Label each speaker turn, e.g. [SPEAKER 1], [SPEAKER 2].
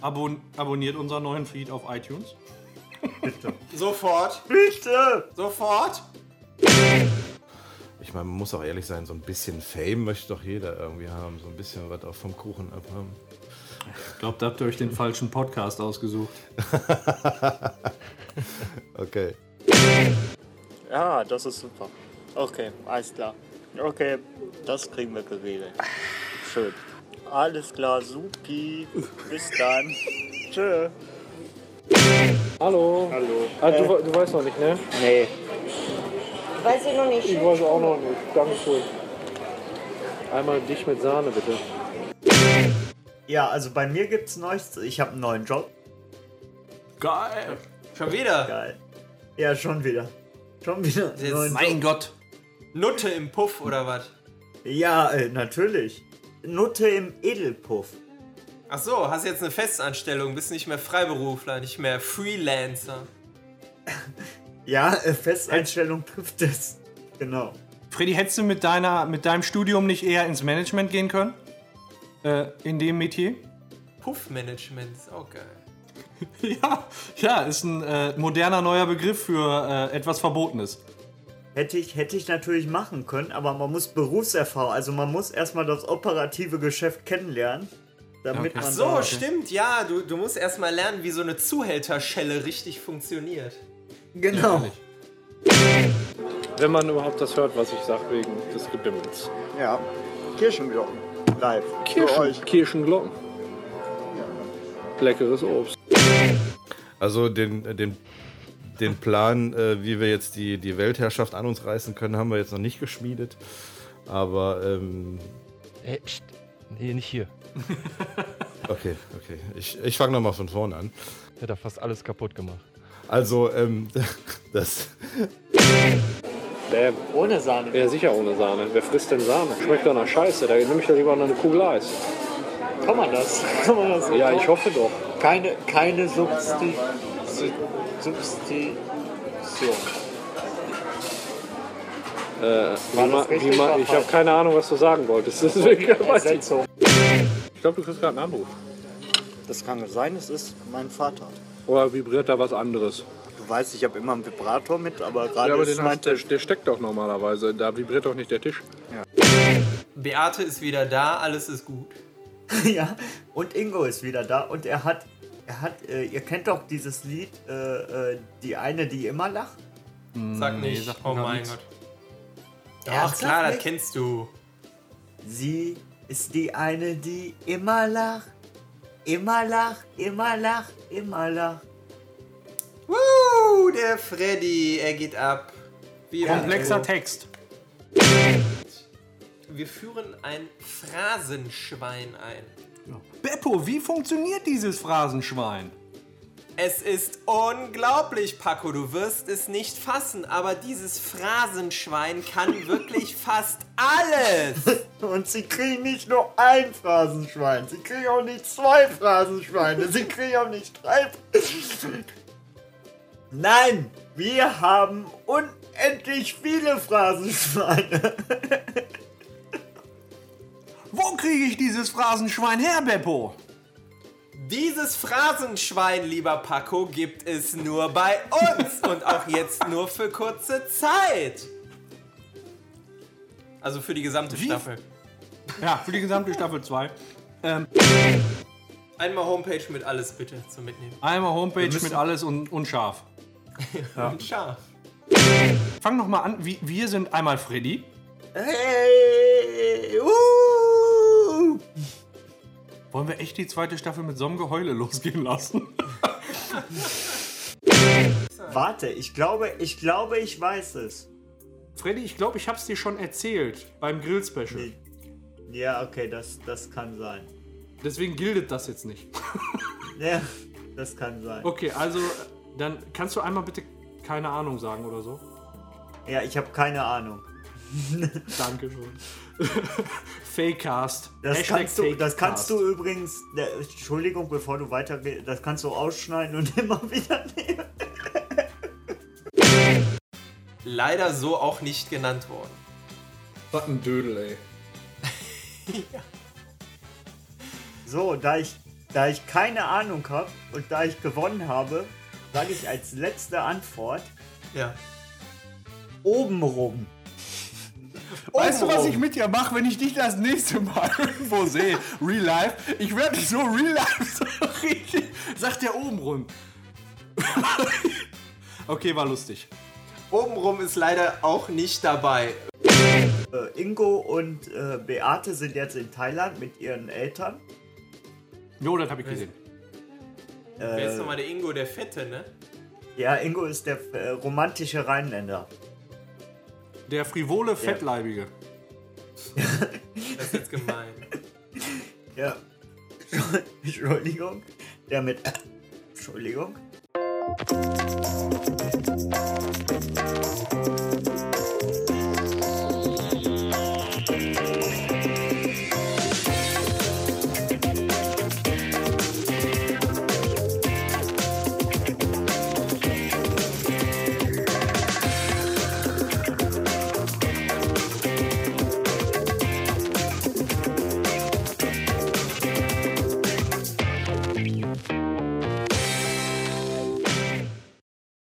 [SPEAKER 1] Abon abonniert unseren neuen Feed auf iTunes.
[SPEAKER 2] Bitte.
[SPEAKER 3] Sofort.
[SPEAKER 2] Bitte!
[SPEAKER 3] Sofort.
[SPEAKER 4] Ich meine, man muss auch ehrlich sein, so ein bisschen Fame möchte doch jeder irgendwie haben. So ein bisschen was auch vom Kuchen abhaben.
[SPEAKER 1] Ich glaube, da habt ihr euch den falschen Podcast ausgesucht.
[SPEAKER 4] Okay.
[SPEAKER 5] Ja, Ah, das ist super. Okay, alles klar. Okay, das kriegen wir geregelt. Schön. Alles klar, supi. Bis dann. Tschö.
[SPEAKER 6] Hallo.
[SPEAKER 2] Hallo. Äh.
[SPEAKER 6] Ah, du, we- du weißt noch nicht, ne?
[SPEAKER 5] Nee.
[SPEAKER 7] Weiß ich noch nicht.
[SPEAKER 6] Ich weiß auch noch nicht. Dankeschön. Einmal dich mit Sahne, bitte.
[SPEAKER 2] Ja, also bei mir gibt's Neues. Ich habe einen neuen Job.
[SPEAKER 1] Geil!
[SPEAKER 3] Schon wieder.
[SPEAKER 2] Geil. Ja, schon wieder. Schon wieder. einen neuen
[SPEAKER 1] Mein Gott!
[SPEAKER 3] Nutte im Puff oder was?
[SPEAKER 2] Job. Ja, äh, natürlich. Nutte im Edelpuff.
[SPEAKER 3] Ach so, hast jetzt eine Festanstellung, bist nicht mehr Freiberufler, nicht mehr Freelancer.
[SPEAKER 2] Ja, äh, Festeinstellung trifft es. Genau.
[SPEAKER 1] Freddy, hättest du mit, deiner, mit deinem Studium nicht eher ins Management gehen können? Äh, in dem Metier?
[SPEAKER 3] Puffmanagement ist auch geil.
[SPEAKER 1] Ja, ja ist ein äh, moderner neuer Begriff für äh, etwas Verbotenes.
[SPEAKER 2] Hätte ich, hätte ich natürlich machen können, aber man muss Berufserfahrung, also man muss erstmal das operative Geschäft kennenlernen, damit
[SPEAKER 1] Ach
[SPEAKER 2] man
[SPEAKER 3] So,
[SPEAKER 2] da-
[SPEAKER 3] stimmt, ja, du, du musst erstmal lernen, wie so eine Zuhälterschelle richtig funktioniert.
[SPEAKER 2] Genau.
[SPEAKER 6] Wenn man überhaupt das hört, was ich sage, wegen des Gedimmels.
[SPEAKER 8] Ja, Kirschenglocken. Live. Für
[SPEAKER 6] Kirschen,
[SPEAKER 8] euch.
[SPEAKER 6] Kirschenglocken. Leckeres Obst.
[SPEAKER 4] Also den, den, den Plan, äh, wie wir jetzt die, die Weltherrschaft an uns reißen können, haben wir jetzt noch nicht geschmiedet. Aber ähm,
[SPEAKER 9] Äh, pst. Nee, nicht hier.
[SPEAKER 4] okay, okay. Ich, ich fange nochmal von vorne an.
[SPEAKER 9] Ich hätte fast alles kaputt gemacht.
[SPEAKER 4] Also, ähm, das,
[SPEAKER 6] Bäm.
[SPEAKER 5] Ohne Sahne.
[SPEAKER 6] Ja, sicher ohne Sahne. Wer frisst denn Sahne? Schmeckt doch nach Scheiße. Da nehme ich doch lieber noch eine Kugel Eis.
[SPEAKER 5] Kann man das? Kann man das?
[SPEAKER 6] Ja, ich hoffe doch.
[SPEAKER 5] Keine, keine Substi Su- Substitution.
[SPEAKER 6] Äh, wie
[SPEAKER 5] das
[SPEAKER 6] ma,
[SPEAKER 5] richtig
[SPEAKER 6] wie ma,
[SPEAKER 5] oder
[SPEAKER 6] ich habe
[SPEAKER 5] falsch?
[SPEAKER 6] keine Ahnung, was du sagen wolltest. Deswegen weiß ich
[SPEAKER 5] Ersetzung.
[SPEAKER 6] ich glaube, du kriegst gerade einen Anruf.
[SPEAKER 8] Das kann sein, es ist mein Vater.
[SPEAKER 6] Oder vibriert da was anderes?
[SPEAKER 8] Du weißt, ich habe immer einen Vibrator mit, aber gerade
[SPEAKER 6] Ja, aber
[SPEAKER 8] ist
[SPEAKER 6] den
[SPEAKER 8] mein
[SPEAKER 6] hast, der,
[SPEAKER 8] Tisch.
[SPEAKER 6] der steckt doch normalerweise. Da vibriert doch nicht der Tisch.
[SPEAKER 3] Beate ist wieder da, alles ist gut.
[SPEAKER 2] ja. Und Ingo ist wieder da und er hat, er hat, äh, ihr kennt doch dieses Lied, äh, äh, die eine, die immer lacht.
[SPEAKER 3] Sag nicht,
[SPEAKER 1] sagt mir
[SPEAKER 3] oh
[SPEAKER 1] gar
[SPEAKER 3] mein
[SPEAKER 1] nichts.
[SPEAKER 3] Gott. Ach
[SPEAKER 2] Ernsthaft
[SPEAKER 3] klar, das
[SPEAKER 2] nicht?
[SPEAKER 3] kennst du.
[SPEAKER 2] Sie ist die eine, die immer lacht. Immer lacht, immer lacht, immer lacht.
[SPEAKER 3] Woo, der Freddy, er geht ab. Wir,
[SPEAKER 1] Komplexer Text.
[SPEAKER 3] wir führen ein Phrasenschwein ein.
[SPEAKER 1] Beppo, wie funktioniert dieses Phrasenschwein?
[SPEAKER 3] Es ist unglaublich, Paco, du wirst es nicht fassen, aber dieses Phrasenschwein kann wirklich fast alles.
[SPEAKER 2] Und sie kriegen nicht nur ein Phrasenschwein, sie kriegen auch nicht zwei Phrasenschweine, sie kriegen auch nicht drei. Nein, wir haben unendlich viele Phrasenschweine.
[SPEAKER 1] Wo kriege ich dieses Phrasenschwein her, Beppo?
[SPEAKER 3] Dieses Phrasenschwein, lieber Paco, gibt es nur bei uns und auch jetzt nur für kurze Zeit. Also für die gesamte Staffel.
[SPEAKER 1] Ja, für die gesamte Staffel 2.
[SPEAKER 3] Einmal Homepage mit alles bitte zum Mitnehmen.
[SPEAKER 1] Einmal Homepage mit alles und unscharf.
[SPEAKER 3] Und scharf.
[SPEAKER 1] Fang noch mal an. wie- Wir sind einmal Freddy.
[SPEAKER 2] Hey, uh.
[SPEAKER 1] Wollen wir echt die zweite Staffel mit so einem Geheule losgehen lassen?
[SPEAKER 2] Warte, ich glaube, ich glaube, ich weiß es.
[SPEAKER 1] Freddy, ich glaube, ich hab's dir schon erzählt beim Grill-Special.
[SPEAKER 2] Ja, okay, das, das kann sein.
[SPEAKER 1] Deswegen gildet das jetzt nicht.
[SPEAKER 2] Ja, das kann sein.
[SPEAKER 1] Okay, also dann kannst du einmal bitte keine Ahnung sagen oder so.
[SPEAKER 2] Ja, ich habe keine Ahnung.
[SPEAKER 1] Danke schon. Fakecast.
[SPEAKER 2] Das
[SPEAKER 1] Hashtag
[SPEAKER 2] kannst, du, das
[SPEAKER 1] Fakecast.
[SPEAKER 2] kannst du übrigens, ne, Entschuldigung, bevor du weitergehst, das kannst du ausschneiden und immer wieder nehmen.
[SPEAKER 3] Leider so auch nicht genannt worden.
[SPEAKER 6] Was ein Dödel, ey.
[SPEAKER 2] So, da ich, da ich keine Ahnung habe und da ich gewonnen habe, sage ich als letzte Antwort
[SPEAKER 3] Ja.
[SPEAKER 2] obenrum.
[SPEAKER 1] Weißt du, was
[SPEAKER 3] Oh.
[SPEAKER 2] Obenrum.
[SPEAKER 1] ich mit dir mache, wenn ich dich das nächste Mal irgendwo sehe? Real life. Ich werde dich so real life so richtig. Sagt der oben rum. okay, war lustig.
[SPEAKER 3] Obenrum ist leider auch nicht dabei.
[SPEAKER 2] Äh, Ingo und äh, Beate sind jetzt in Thailand mit ihren Eltern.
[SPEAKER 1] Jo, das habe ich gesehen.
[SPEAKER 3] Wer ist nochmal der Ingo, der Fette, ne?
[SPEAKER 2] Ja, Ingo ist der äh, romantische Rheinländer.
[SPEAKER 1] Der frivole, fettleibige.
[SPEAKER 3] Das ist jetzt gemein.
[SPEAKER 2] Ja. Entschuldigung. Der mit. Entschuldigung.